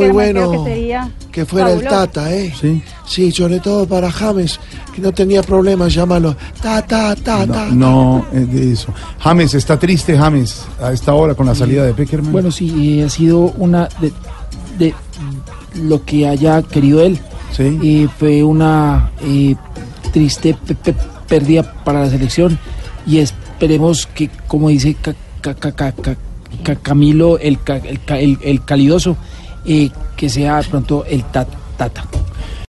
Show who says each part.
Speaker 1: Muy
Speaker 2: creo
Speaker 1: bueno
Speaker 2: que sería
Speaker 1: que fuera el
Speaker 2: fabuloso.
Speaker 1: Tata, ¿eh?
Speaker 3: Sí.
Speaker 1: Sí, sobre todo para James, que no tenía problemas, llámalo. Ta, ta, ta, ta.
Speaker 3: No, no es de eso. James, está triste James a esta hora con la salida de Peckerman.
Speaker 4: Bueno, sí, eh, ha sido una de, de lo que haya querido él.
Speaker 3: sí.
Speaker 4: Eh, fue una eh, triste pe- pe- pérdida para la selección y esperemos que, como dice Ca- Ca- Ca- Ca- Ca- Ca- Camilo, el, ca- el, ca- el- el calidoso, eh, que sea pronto el ta- tata.